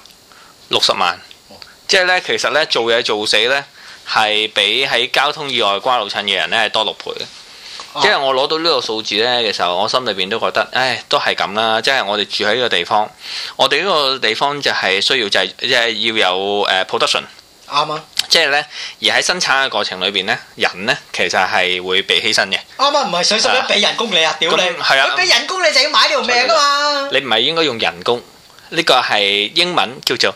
[SPEAKER 2] 六十萬
[SPEAKER 1] 哦，
[SPEAKER 2] 即係咧，其實咧做嘢做死咧係比喺交通意外瓜老襯嘅人咧係多六倍嘅。即係我攞到呢個數字呢嘅時候，我心裏邊都覺得，唉，都係咁啦。即係我哋住喺呢個地方，我哋呢個地方就係需要就係即係要有誒 production，
[SPEAKER 1] 啱啊，
[SPEAKER 2] 即係呢。而喺生產嘅過程裏邊呢，人呢其實係會被犧牲嘅。
[SPEAKER 1] 啱啊，唔係水十一俾人工你啊，屌你，
[SPEAKER 2] 咁係啊
[SPEAKER 1] 佢俾人工你就要買條命噶嘛，
[SPEAKER 2] 你唔係應該用人工，呢個係英文叫做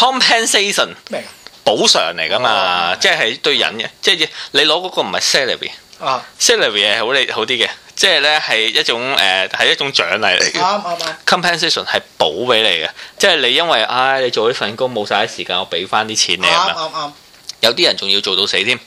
[SPEAKER 2] compensation
[SPEAKER 1] 咩啊
[SPEAKER 2] 補償嚟㗎嘛，即係對人嘅，即係你攞嗰個唔係 salary。
[SPEAKER 1] 啊，
[SPEAKER 2] salary 係好利好啲嘅，即係咧係一種誒係、一種獎勵嚟
[SPEAKER 1] 啱
[SPEAKER 2] 嘅。
[SPEAKER 1] 啱啱，
[SPEAKER 2] compensation 係補俾你嘅，即係你因為唉、你做呢份工冇晒啲時間，我俾翻啲 錢你咁
[SPEAKER 1] 啱
[SPEAKER 2] 樣。
[SPEAKER 1] 啱啱，
[SPEAKER 2] 有啲人仲要做到死添，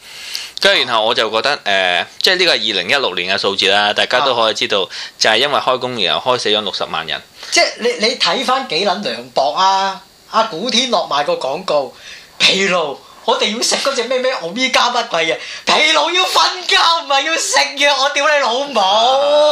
[SPEAKER 2] 跟住然後我就覺得誒、即係呢個係二零一六年嘅數字啦，大家都可以知道，就係因為開工然後開死咗六十萬人。
[SPEAKER 1] 即係你你睇翻幾撚涼薄啊！阿古天樂賣個廣告，疲勞，我哋要食嗰只咩咩奧咪加乜鬼嘢？疲勞要瞓覺，唔係要食藥，我屌你老母！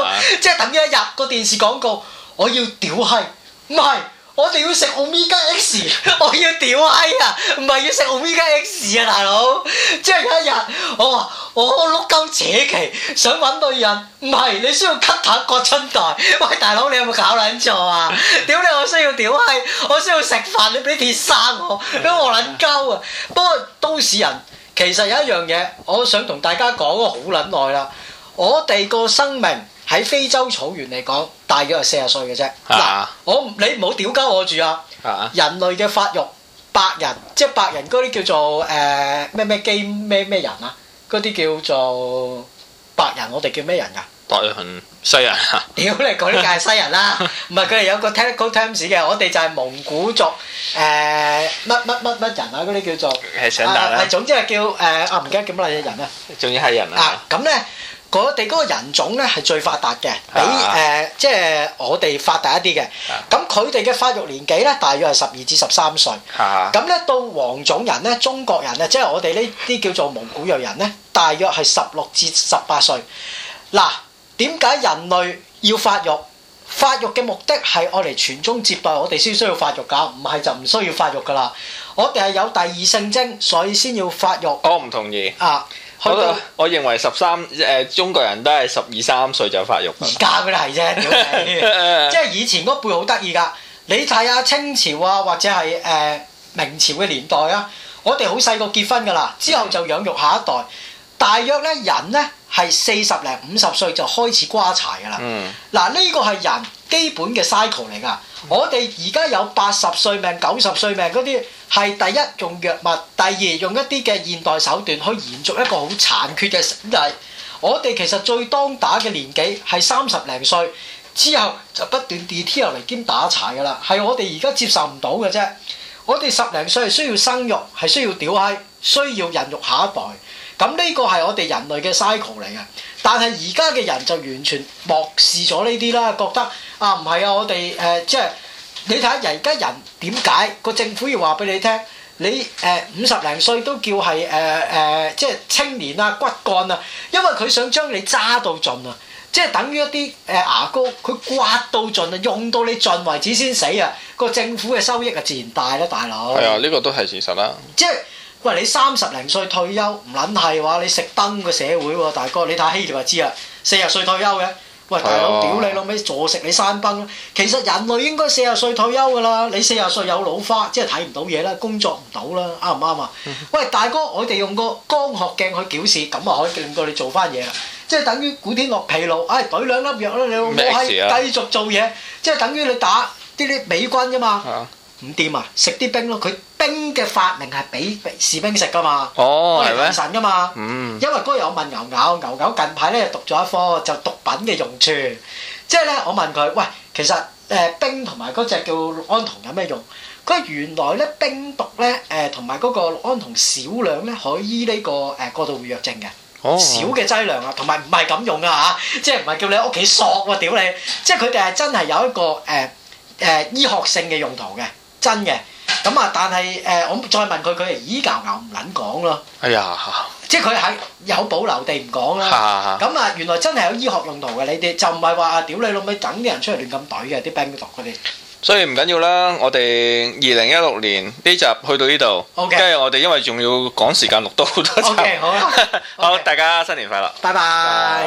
[SPEAKER 2] 啊
[SPEAKER 1] 即係等於一入個電視廣告，我要屌閪，唔係。我哋要食 omega X，我 要屌閪啊！唔係要食 omega X 啊，大佬！即係有一日，我話我碌鳩扯旗，想揾女人，唔係你需要 cut 下割春袋。 喂，大佬，你有冇搞撚錯啊？屌你！我需要屌閪，我需要食飯，你俾鐵生我，咁我撚鳩啊！不過都市人其實有一樣嘢，我想同大家講咗好撚耐啦。我哋個生命喺非洲草原嚟講，大約係四十歲嘅啫。嗱、
[SPEAKER 2] 啊
[SPEAKER 1] 我唔你唔好屌鳩我住啊！
[SPEAKER 2] 啊！
[SPEAKER 1] 人類嘅發育，白人即係白人嗰啲叫做誒咩咩基咩咩人啊？嗰啲叫做白人，我哋叫咩人㗎？
[SPEAKER 2] 白人西人啊，
[SPEAKER 1] 屌你嗰啲梗係西人 啦，唔係佢哋有個 technical terms 嘅，我哋就係蒙古族誒乜乜乜乜人啊，嗰啲叫做
[SPEAKER 2] 係想達
[SPEAKER 1] 啊
[SPEAKER 2] 啦，
[SPEAKER 1] 總之係叫誒啊唔記得叫乜嘢人啊。
[SPEAKER 2] 仲要係人
[SPEAKER 1] 啊
[SPEAKER 2] 啊，，
[SPEAKER 1] 咁咧，我哋嗰個人種咧係最發達嘅，比
[SPEAKER 2] 啊
[SPEAKER 1] 誒即係我哋發達一啲嘅。咁佢哋嘅發育年紀咧，大約係十二至十三歲。
[SPEAKER 2] 嚇
[SPEAKER 1] 咁咧到黃種人咧，中國人咧，即係我哋呢啲叫做蒙古裔人咧，大約係十六至十八歲。嗱，點解人類要發育？發育嘅目的係我嚟傳宗接代，我哋先需要發育㗎，唔係就唔需要發育㗎啦。我哋係有第二性徵，所以先要發育
[SPEAKER 2] 我唔同意。
[SPEAKER 1] 啊。去到
[SPEAKER 2] 我我認為十三誒中國人都係十二三歲就發育啊㗎
[SPEAKER 1] 而家嗰啲係啫，屌 你！即 係以前嗰輩好得意㗎。你睇下清朝啊，或者係誒、呃明朝嘅年代啊，我哋好細個結婚㗎啦，之後就養育下一代。大約咧人咧係四十零五十歲就開始瓜柴㗎啦。
[SPEAKER 2] 嗯，
[SPEAKER 1] 嗱，呢個係人基本嘅 cycle 嚟㗎。我哋而家有八十歲命、九十歲命嗰啲，係第一用藥物，第二用一啲嘅現代手段去延續一個好殘缺嘅生態。我哋其實最當打嘅年紀係三十零歲，之後就不斷 detail 嚟兼打柴㗎啦，係我哋而家接受唔到嘅啫。我哋十零歲係需要生育，係需要屌閪，需要孕育下一代。咁呢個係我哋人類嘅 cycle 嚟嘅，但係而家嘅人就完全漠視咗呢啲啦，覺得啊唔係啊，我哋誒、呃即係你睇下而家人點解個政府要話俾你聽，你誒五十零歲都叫係誒誒即係青年啊骨幹啊，因為佢想將你揸到盡啊！即係等於一啲誒牙膏，佢刮到盡啊，用到你盡為止先死啊！個政府嘅收益啊，自然大啦，大佬。
[SPEAKER 2] 係啊，呢個都係事實啦。
[SPEAKER 1] 即係喂，你三十零歲退休唔撚係話你食崩個社會喎，大哥，你睇下希臘就知啊，四十歲退休嘅。喂，大佬，
[SPEAKER 2] 係啊
[SPEAKER 1] 屌你老味，坐食你山崩啦！其實人類應該四十歲退休㗎啦，你四十歲有老花，即係睇唔到嘢啦，工作唔到啦，啱唔啱啊？
[SPEAKER 2] 嗯
[SPEAKER 1] 喂，大哥，我哋用個光學鏡去矯視，咁啊可以令到你做翻嘢啦，即係等於古天樂疲勞，唉、懟兩粒藥啦，你老母
[SPEAKER 2] 咩
[SPEAKER 1] 閪，
[SPEAKER 2] 事啊
[SPEAKER 1] 繼續做嘢，即係等於你打啲啲美軍啫嘛。
[SPEAKER 2] 啊，
[SPEAKER 1] 唔掂啊！食啲冰咯，佢冰嘅發明係俾俾士兵食噶嘛，
[SPEAKER 2] 哦，
[SPEAKER 1] 我
[SPEAKER 2] 係
[SPEAKER 1] 哋
[SPEAKER 2] 咩
[SPEAKER 1] 提？神噶嘛。
[SPEAKER 2] 嗯，
[SPEAKER 1] 因為嗰個有問牛牛，牛牛近排咧讀咗一科就毒品嘅用處，即係咧我問佢，喂，其實誒、呃冰同埋嗰隻叫安酮有咩用？佢話原來咧冰毒咧誒同埋嗰個安酮少量咧可以醫呢、個誒、呃過度活躍症嘅。
[SPEAKER 2] 哦，
[SPEAKER 1] 少嘅劑量啊，同埋唔係咁用啊嚇，即係唔係叫你喺屋企索喎、屌你！即係佢哋係真係有一個誒誒、呃醫學性嘅用途嘅，真嘅。咁啊，但係誒、呃我再問佢，佢係咦牛牛唔撚講咯，
[SPEAKER 2] 哎呀，嚇
[SPEAKER 1] 即係佢喺有保留地唔講啦。
[SPEAKER 2] 嚇
[SPEAKER 1] 咁啊，原來真係有醫學用途嘅，你哋就唔係話啊屌你老味，等啲人出嚟亂咁懟嘅啲冰毒嗰啲。
[SPEAKER 2] 所以唔緊要啦。我哋二零一六年呢集去到呢度，
[SPEAKER 1] OK
[SPEAKER 2] 跟住我哋因為仲要趕時間錄多好多
[SPEAKER 1] OK，
[SPEAKER 2] 集，
[SPEAKER 1] 好啊，
[SPEAKER 2] 好，
[SPEAKER 1] OK
[SPEAKER 2] 大家新年快樂。
[SPEAKER 1] 拜拜。